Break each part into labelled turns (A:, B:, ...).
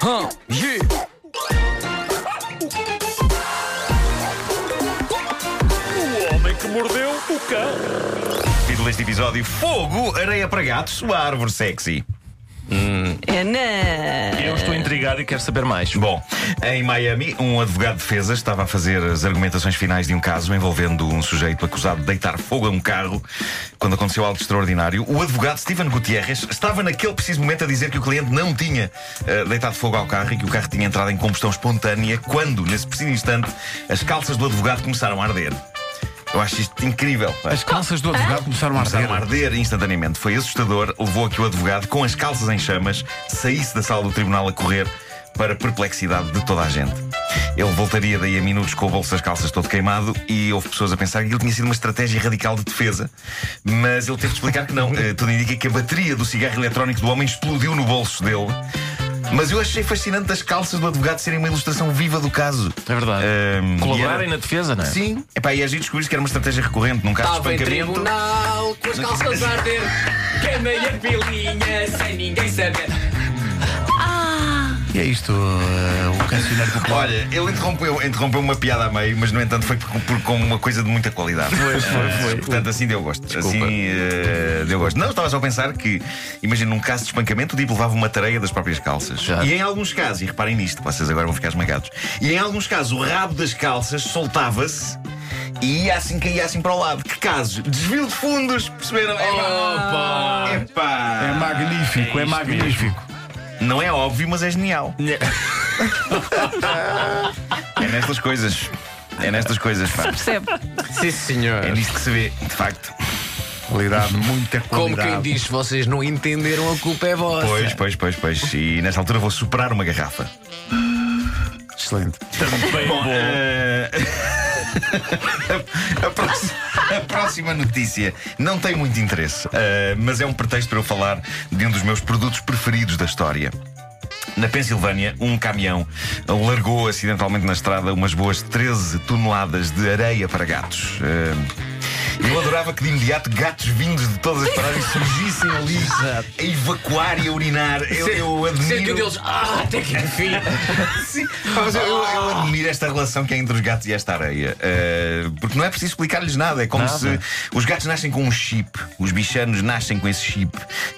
A: Huh, yeah.
B: O homem que mordeu o cão.
C: Título deste episódio: Fogo, areia para gatos, uma árvore sexy.
D: Ana!
B: Eu estou intrigado e quero saber mais.
C: Bom, em Miami, um advogado de defesa estava a fazer as argumentações finais de um caso envolvendo um sujeito acusado de deitar fogo a um carro quando aconteceu algo extraordinário. O advogado Steven Gutierrez estava naquele preciso momento a dizer que o cliente não tinha eh, deitado fogo ao carro e que o carro tinha entrado em combustão espontânea quando, nesse preciso instante, as calças do advogado começaram a arder. Eu acho isto incrível.
A: As calças do advogado começaram a
C: Começaram a
A: arder.
C: arder instantaneamente. Foi assustador, levou a que o advogado, com as calças em chamas, saísse da sala do tribunal a correr para a perplexidade de toda a gente. Ele voltaria daí a minutos com o bolso das calças todo queimado e houve pessoas a pensar que ele tinha sido uma estratégia radical de defesa, mas ele teve de explicar que não. Eh, Tudo indica que a bateria do cigarro eletrónico do homem explodiu no bolso dele. Mas eu achei fascinante as calças do advogado serem uma ilustração viva do caso.
B: É verdade.
E: Eh,
C: Ahm, Eh, e
B: Colaborarem
C: era-
B: na defesa, não é?
C: Sim. Epá, e a gente descobriu que era uma estratégia recorrente num caso de
E: Estava em
C: espancamento.
E: tribunal com as calças a arder. Queimei a pilinha sem ninguém saber.
A: E é isto, eh, o cancioneiro popular.
C: Olha, ele interrompeu, interrompeu uma piada a meio, mas no entanto foi por, por- com uma coisa de muita qualidade. Foi, foi, foi. Portanto, assim deu gosto. Assim eh, deu gosto. Não, estava só a pensar que, imagina, num caso de espancamento, o tipo levava uma tareia das próprias calças.
B: Já.
C: E em alguns casos, e reparem nisto, vocês agora vão ficar esmagados, e em alguns casos o rabo das calças soltava-se. E ia assim, caía assim para o lado. Que caso? Desvio de fundos, perceberam? Opa! Epá!
A: É magnífico, é, magnífico.
C: Não é óbvio, mas é genial. é nestas coisas. É nestas coisas, pá.
D: Percebe?
E: Sim,
C: É
E: senhor.
C: nisto que se vê, de facto.
A: Qualidade, muita
E: Como
A: qualidade.
E: quem diz, vocês não entenderam, a culpa é vossa.
C: Pois, pois, pois, pois. E nesta altura vou superar uma garrafa.
A: Excelente.
B: Bem bom.
C: Eh, a, próxima, a próxima notícia não tem muito interesse, eh, mas é um pretexto para eu falar de um dos meus produtos preferidos da história. Na Pensilvânia, um caminhão largou acidentalmente na estrada umas boas 13 toneladas de areia para gatos. Eh, eu adorava que de imediato gatos vindos de todas as paragens surgissem ali a evacuar e a urinar. Eu, eu
E: Sendo que
C: admiro.
E: um deles, ah, até que enfim.
C: Sim, mas eu, eu- eu admiro esta relação que há entre os gatos e esta areia. Eh, porque não é preciso explicar-lhes nada. É como
B: Nada.
C: se os gatos nascem com um chip, os bichanos nascem com esse chip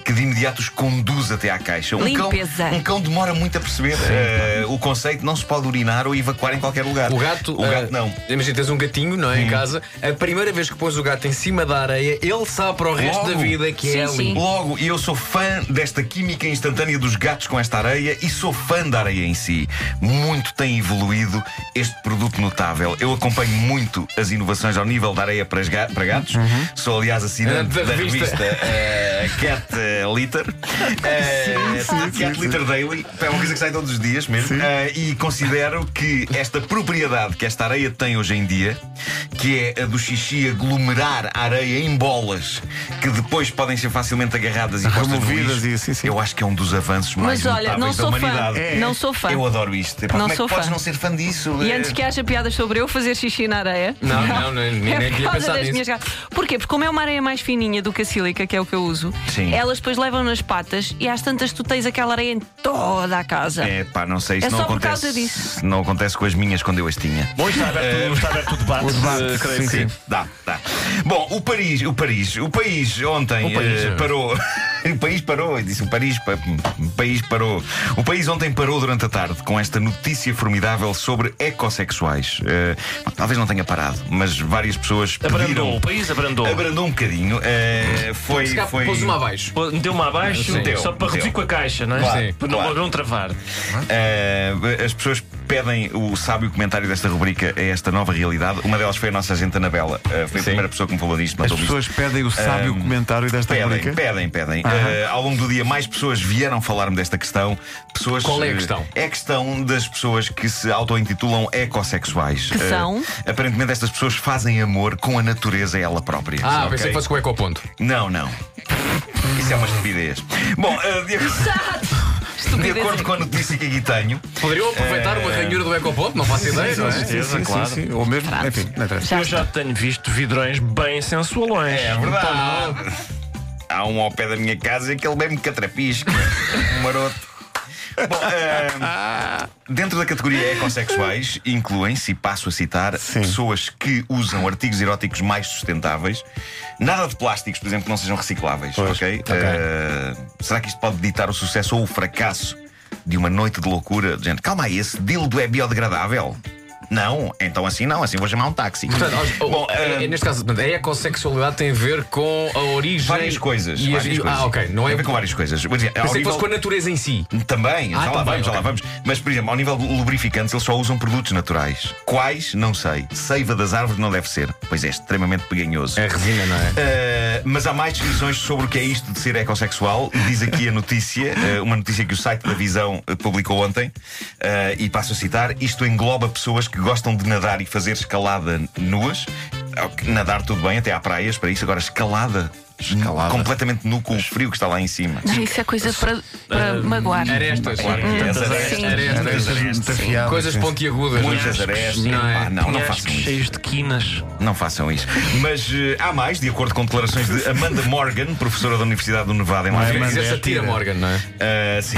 C: que de imediato os conduz até à caixa. Um
D: Limpeza.
C: Cão, um cão demora muito a perceber eh, o conceito, não se pode urinar ou evacuar em qualquer lugar.
E: O gato.
C: o gato
E: ah,
C: não.
E: Imagina, tens um gatinho, não é? Em casa. A primeira vez que pões o gato em cima da areia, ele sabe para o resto
C: Logo.
E: da vida que é
D: Sim,
E: ali.
D: sim.
C: Logo, eu sou fã desta química instantânea dos gatos com esta areia e sou fã da areia em si. Muito tem evoluído este produto notável. Eu acompanho muito as inovações ao nível da areia para, as ga- para gatos. Sou, aliás, assinante
E: Uhum. Da
C: da,
E: revista.
C: revista, eh, Cat eh, Litter. Eh, Cat Litter Daily. É uma coisa que sai todos os dias mesmo. Eh, e considero que esta propriedade que esta areia tem hoje em dia, que é a do xixi aglomerar a areia em bolas, que depois podem ser facilmente agarradas e postas no
A: Removidas
C: lixo,
A: e assim, sim.
C: eu acho que é um dos avanços mais
D: Mas olha,
C: notáveis
D: não
C: da
D: sou fã.
C: humanidade.
D: Não sou fã.
C: Eu adoro isto. Epá,
D: Não
C: como é que
D: sou
C: podes
D: fã.
C: não ser fã disso?
D: E
C: É-
D: antes que haja piadas sobre eu fazer xixi na areia.
E: Não, não, nem, nem,
D: É
E: nem
D: por
E: tinha
D: causa
E: pensado
D: das
E: nisso.
D: minhas garrafas. Porquê? Porque como é uma areia mais fininha do que a sílica, que é o que eu uso,
C: Sim.
D: elas depois levam nas patas e às tantas tu tens aquela areia em toda a casa.
C: É pá, não sei,
D: É
C: isso não
D: só por
C: acontece.
D: causa disso.
C: Não acontece com as minhas quando eu as tinha.
B: Bom, está aberto, está aberto o debate. eh, creio que sim.
C: Dá, dá. Bom, o Paris, o Paris, o país ontem
B: O país,
C: eh,
B: é.
C: parou. O país parou, eu disse o Paris, pa- o país parou. O país ontem parou durante a tarde com esta notícia formidável sobre ecossexuais. Eh, talvez não tenha parado, mas várias pessoas
B: Abrandou,
C: pediram.
B: o país abrandou.
C: Abrandou um bocadinho. eh, foi.
E: Se calhar
C: foi...
E: pôs uma abaixo.
B: Pô, Meteu-me abaixo,
E: Sim.
B: só para
C: Meteu.
B: reduzir com a caixa, não é?
C: Claro,
B: Sim. Para não,
C: claro.
B: não
F: um
B: travar.
C: Uh, as pessoas pedem o sábio comentário desta rubrica a esta nova realidade. Uma delas foi a nossa gente Anabela. Uh, foi a primeira pessoa que me falou disto.
A: As
C: mandou-me isto.
A: pessoas pedem o sábio comentário desta
C: Pedem,
A: rubrica.
C: pedem, pedem.
A: Aham.
C: Uh, ao longo do dia, mais pessoas vieram falar-me desta questão. Pessoas,
E: Qual é a
C: uh,
E: questão?
C: É a questão das pessoas que se auto-intitulam ecossexuais. Eh,
D: Que são?
C: Aparentemente, estas pessoas fazem amor com a natureza ela própria.
E: Ah,
C: ok?
E: pensei que fosse com o ecoponto.
C: Não, não. Isso é uma estupidez. Bom, uh, de, de
D: Estupidez.
C: acordo com a notícia que aqui tenho.
E: Poderiam aproveitar uma
C: Eh,
E: ranhura do ecoponto, não faço ideia, não é?
A: Sim, sim,
B: claro.
A: sim, Ou mesmo, enfim, não interessa.
D: Já
B: Eu já tenho visto vidrões bem sensualões.
C: É
E: Então,
C: verdade. Há um ao pé da minha casa que ele bebe-me catrapisco. um maroto. Bom, ah, dentro da categoria ecossexuais, incluem-se, e passo a citar,
A: Sim.
C: pessoas que usam artigos eróticos mais sustentáveis, nada de plásticos, por exemplo, que não sejam recicláveis,
A: Pois,
C: ok? Ah, será que isto pode ditar o sucesso ou o fracasso de uma noite de loucura? Gente, calma aí, esse dildo é biodegradável? Não, então assim não, assim vou chamar um táxi.
E: Portanto, ó, ó,
C: Bom,
E: é-
C: ah,
E: é neste caso, portanto, a ecossexualidade tem a ver com a origem.
C: Várias coisas.
E: e as-
C: várias
E: e-
C: coisas.
E: Ah, ok. Não
C: Tem
E: é
C: a ver com várias coisas. Vou dizer, ao
E: Pensei que
C: nível-
E: fosse com a natureza em si.
C: Também,
E: Ah,
C: já lá
E: também,
C: vamos, já
E: ok.
C: lá vamos. Mas, por exemplo, ao nível de lubrificantes, eles só usam produtos naturais. Quais? Não sei. Seiva das árvores não deve ser, pois é extremamente peganhoso.
E: resina, não é?
C: Uh, mas há mais descrições sobre o que é isto de ser ecossexual. Diz aqui a notícia, uh, uma notícia que o site da Visão uh, publicou ontem, uh, e passo a citar: isto engloba pessoas que gostam de nadar e fazer escalada nuas. Ok, Nadar tudo bem, até há praias para isso, agora escalada.
A: Escalada.
C: Completamente nu com o frio que está lá em cima.
D: Não, isso é coisa para, para magoar. Hum.
E: Arestas.
C: Claro que Ah, é, essas
D: Sim.
C: arestas,
E: Arestas,
C: essas arestas.
E: Coisas pontiagudas. não é?
C: Muitas arestas.
E: Não é?
C: Pá, não, não façam isso.
F: Cheios de quinas.
C: Não façam isso. Mas eh, há mais, de acordo com declarações de Amanda Morgan, professora da Universidade do Nevada em Las
A: Não é,
E: Quer
C: Vegas.
A: Amanda?
E: dizer, se atira,
A: Tira.
E: Morgan, não é?
C: Ah, sim.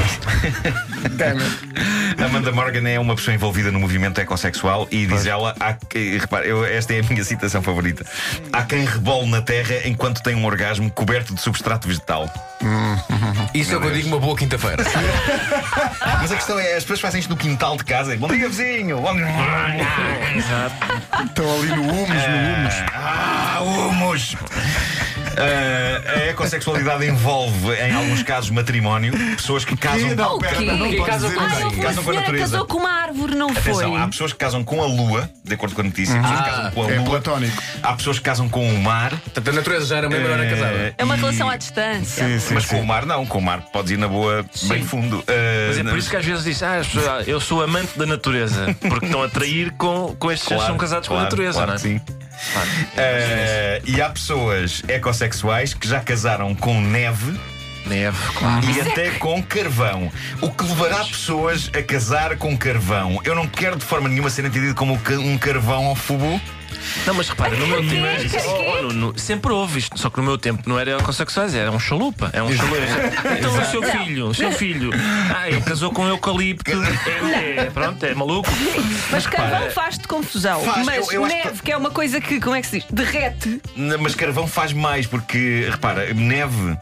C: Amanda Morgan é uma pessoa envolvida no movimento ecossexual e diz ela: há, que- repare, eu- esta é a minha citação favorita. Há quem rebole na terra enquanto tem um orgasmo coberto de substrato vegetal.
E: Isso é o que eu digo uma boa quinta-feira.
C: Mas a questão é: as pessoas fazem isto no quintal de casa. Bom dia, vizinho! Bom
A: Estão ali no humus,
C: É,
A: no humus.
C: Ah, humus! Ah, a ecossexualidade envolve, em alguns casos, matrimónio, pessoas que casam.
A: Ih, não,
D: O
A: pera,
D: quê?
A: não, não
D: Quem
A: podes
E: casou
A: dizer
E: com
A: isso.
D: Ah,
E: quem?
D: houve uma
C: Casam com a
D: senhora que
C: natureza.
D: casou com uma árvore, não foi?
C: Atenção, há pessoas que casam com a lua, de acordo com a notícia, pessoas
F: Ah.
C: que casam com a
A: é
C: lua.
A: platónico.
C: Há pessoas que casam com o mar.
E: Portanto, a natureza já era mesmo, era
C: eh,
E: casada.
D: É uma
C: e-
D: relação à distância.
A: Sim, sim,
C: Mas com
A: sim.
C: o mar não, com o mar podes ir na boa bem fundo. Eh,
F: Mas é por
C: não-
F: isso que às vezes diz, ah, as pessoas, ah, eu sou amante da natureza. Porque estão a trair com, com estes
C: Claro,
F: que são casados
C: claro,
F: com a natureza,
C: claro
F: não é?
C: que sim.
F: Claro.
C: Eh, e há pessoas ecossexuais que já casaram com neve
F: Neve, claro.
C: e até com carvão. O que levará pessoas a casar com carvão? Eu não quero de forma nenhuma ser entendido como ca- um carvão ao fubu.
F: Não, mas repara, no meu tempo.
D: Quê?
F: Oh, oh, Nuno, sempre houve isto, só que no meu tempo não era homossexuais, era um chalupa. É um chalupa. Então o seu filho, o seu filho. Ah, ele casou com um eucalipto. É, é, pronto, é maluco.
D: Mas carvão faz-te confusão.
C: Faz,
D: mas
C: eu- eu acho que-
D: neve, que é uma coisa que, como é que se diz? Derrete.
C: Não, Mas carvão faz mais, porque, repara, neve.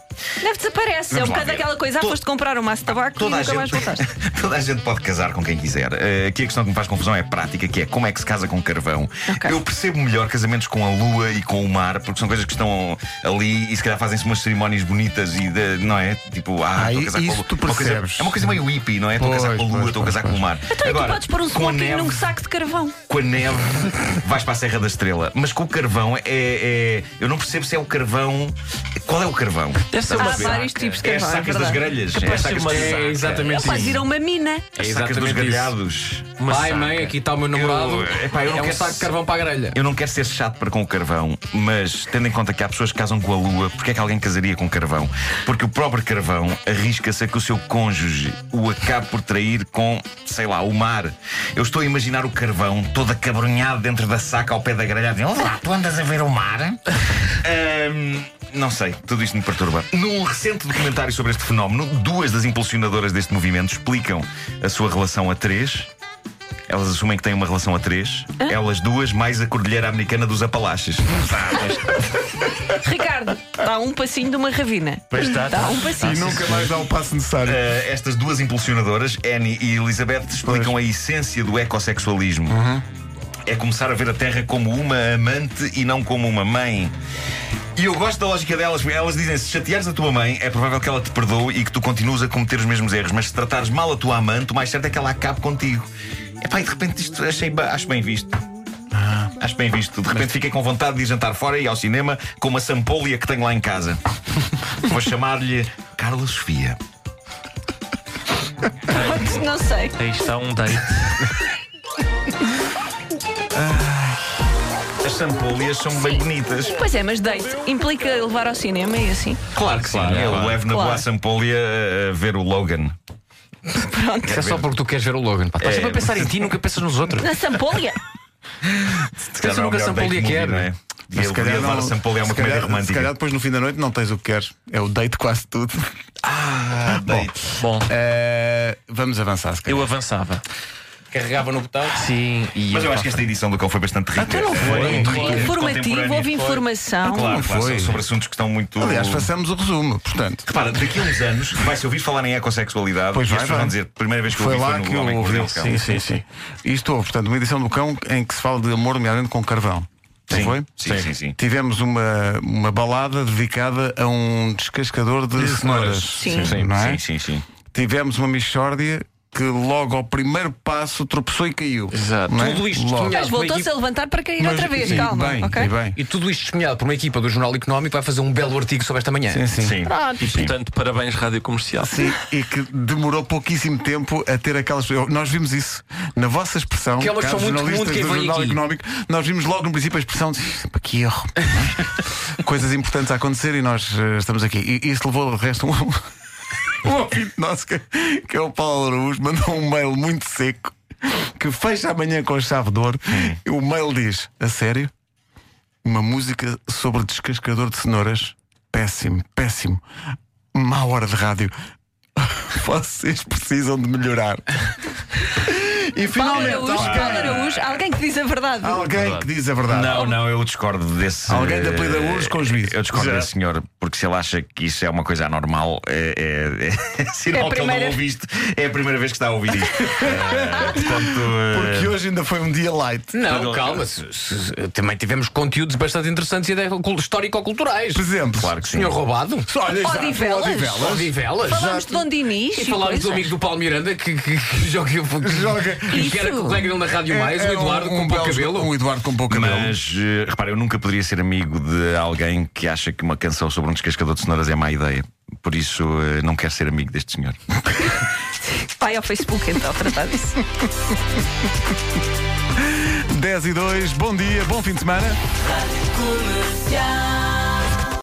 D: Neve desaparece. é um
C: Vamos lá
D: bocado
C: ver.
D: aquela coisa, ah,
C: To-
D: foste comprar um maço de tabaco e
C: Toda a,
D: nunca mais
C: gente,
D: voltaste.
C: toda a gente pode casar com quem quiser. Eh, aqui a questão que me faz confusão é prática, que é como é que se casa com carvão.
D: Ok.
C: Eu percebo melhor casamentos com a lua e com o mar, porque são coisas que estão ali e se calhar fazem-se umas cerimónias bonitas e de- não é? Tipo, ah,
A: Ah,
C: estou a casar
A: isso
C: com a lua.
A: tu
C: É uma coisa-
A: percebes.
C: é uma coisa meio hippie, não é? Estou a casar
A: Pois,
C: com a lua,
A: pois,
C: estou a casar
A: pois,
C: com o mar.
D: Então e tu podes pôr um
C: com a
D: smoking
C: neve,
D: num saco de carvão.
C: com a neve, vais para a Serra da Estrela. Mas com o carvão é. é- eu não percebo se é o carvão. Qual é o carvão?
F: Deve ser
D: Há
F: uma
D: vários tipos de
C: É as
D: carvão. é
C: sacas das
D: verdade.
C: grelhas.
F: Capaz
C: É as
F: de ser
C: sacas
F: Ah, uma
C: das-
F: saca.
E: É exatamente
D: Quase
E: isso.
D: viram uma mina.
C: as sacas dos
E: exatamente
C: galhados.
F: uma
E: Pai,
F: saca.
E: mãe, aqui está o meu namorado.
C: Eu- eh, epá, eu não
E: é um
C: quero-
E: saco de carvão para a grelha.
C: Eu não quero ser chato para com o carvão, mas tendo em conta que há pessoas que casam com a lua, porque é que alguém casaria com carvão? Porque o próprio carvão arrisca-se a que o seu cônjuge o acabe por trair com, sei lá, o mar. Eu estou a imaginar o carvão todo acabrunhado dentro da saca ao pé da grelha, a dizer: Olá, tu andas a ver o mar? Ahm, não sei, tudo isto me perturba. Num recente documentário sobre este fenómeno, duas das impulsionadoras deste movimento explicam a sua relação a três. Elas assumem que têm uma relação a três, elas duas, mais a cordilheira americana dos Apalaches.
D: Ricardo, está um passinho de uma ravina.
F: Pois está,
D: Está
F: está.
D: um
A: E
D: passinho.
A: nunca mais dá o passo necessário.
C: Eh, estas duas impulsionadoras, Annie e Elizabeth, explicam a essência do ecossexualismo. É começar a ver a Terra como uma amante e não como uma mãe. E eu gosto da lógica delas, porque elas dizem: se chateares a tua mãe, é provável que ela te perdoe e que tu continues a cometer os mesmos erros, mas se tratares mal a tua amante, o mais certo é que ela acabe contigo. Epá, e de repente isto achei, ba- acho bem visto. Acho bem visto. De repente fiquei com vontade de ir jantar fora e ir ao cinema com uma sampólia que tenho lá em casa. Vou chamar-lhe Carla Sofia.
D: Não sei.
F: Aí está um date.
C: As sampolhas são bem bonitas.
D: Pois é, mas date implica levar ao cinema e assim.
E: É
C: Claro que
E: um
C: sim.
F: É,
C: Eu levo na
D: Claro.
C: boa sampolha a- a ver o Logan.
D: Pronto.
E: É só porque tu queres ver o Logan. pá. Estás
C: É.
E: sempre a pensar em ti, nunca pensas nos outros.
D: Na Sampolha?
C: Se
A: né?
E: calhar não é o melhor date movie, não é?
C: Devia, devia levar a Sampoli a é uma comédia
A: se calhar- Se
C: romântica.
A: calhar depois no fim da noite não tens o que queres. É o deito quase tudo.
C: Ah,
A: Bom,
C: deito.
F: Bom,
C: É.
A: eh, vamos avançar, se calhar.
F: eu avançava.
E: Carregava no botão.
F: Sim, e
C: Mas eu acho que esta edição do Cão foi bastante rica.
F: Então não foi.
C: Eh, muito rica,
D: Informativo,
C: contemporânea.
D: houve informação.
C: Claro, claro,
A: foi.
C: sobre assuntos que estão muito.
A: Aliás, assim. façamos o resumo. Portanto,
C: Repara, daqui a uns anos vai-se ouvir falar em ecossexualidade
A: Pois
C: e
A: vai,
C: as pessoas
A: vai.
C: vão dizer, primeira vez que
A: foi
C: eu ouvi
A: lá
C: foi no
A: que eu
C: Homem que
A: ouvi.
C: Mordeu o Cão.
A: Sim, sim, sim. Isto houve, portanto, uma edição do Cão em que se fala de amor, nomeadamente com carvão. Não
C: Sim,
A: foi?
C: sim, sim, sim.
A: Tivemos uma, uma balada dedicada a um descascador de, cenouras.
D: Sim.
A: Não é?
C: Sim, sim, sim.
A: Tivemos uma mixórdia que logo ao primeiro passo tropeçou e caiu.
F: Exato.
A: Não é?
E: Tudo isto
A: Logo.
E: tinha-
D: Mas voltou-se a levantar para cair outra vez,
A: e
D: calma.
A: Bem,
D: ok?
A: e bem.
E: E tudo isto escolhido por uma equipa do Jornal Económico vai fazer um belo artigo sobre esta manhã.
A: Sim, sim.
C: Sim.
D: Pronto.
F: E portanto, parabéns, Rádio Comercial.
A: Sim, e que demorou pouquíssimo tempo a ter aquelas. eu- Nós vimos isso na vossa expressão.
E: Que é uma
A: caros
E: expressão muito comum de
A: jornalistas
E: quem
A: do
E: vem
A: Jornal
E: aqui.
A: Económico. Nós vimos logo no princípio a expressão de "Pá, que erro. Coisas importantes a acontecer e nós eh, estamos aqui. E isso levou o resto um. um ouvinte nosso, que, que é o Paulo Araújo, mandou um mail muito seco que fecha amanhã com chave de ouro. E o mail diz: A sério? Uma música sobre descascador de cenouras? Péssimo, péssimo. Má hora de rádio. Vocês precisam de melhorar.
D: Paulo
A: E finalmente
D: Araújo,
A: alguém-
D: Paulo Araújo, alguém que diz a verdade.
A: alguém que diz a verdade.
C: Não, não, eu discordo desse.
A: Alguém da Play da Urso com juízo.
C: Eu discordo
A: Exato.
C: desse senhor, porque se ele acha que isso é uma coisa anormal, é, é, é sinal
D: É
C: que
D: a
C: ele
D: primeira-
C: não ouviu isto. É a primeira vez que está a ouvir isto. Eh, portanto, eh,
A: Porque hoje ainda foi um dia light.
E: Não, calma. se- se- se- também tivemos conteúdos bastante interessantes e até cul- histórico-culturais.
A: Por exemplo,
C: claro que sim.
E: Senhor roubado.
A: olha, exato,
D: Odivelas.
A: Odivelas.
E: Odivelas.
D: Falámos de Dom Dinis
E: E
D: e
E: falámos do
D: coisas.
E: amigo do Paulo Miranda que, que, que joga. Que,
A: Joga.
E: Que era
D: Isso.
E: colega dele na Rádio Mais, o
A: É, é
E: Eduardo
A: um-
E: com
A: um
E: pouco
A: belo-
E: cabelo.
A: Um Eduardo com pouco cabelo.
C: Mas, eh, repara, eu nunca poderia ser amigo de alguém que acha que uma canção sobre um descascador de cenouras é má ideia. Por isso, eh, não quero ser amigo deste senhor.
D: Vai ao Facebook então tratar disso.
A: 10 e 2, bom dia, bom fim de semana.
G: comercial.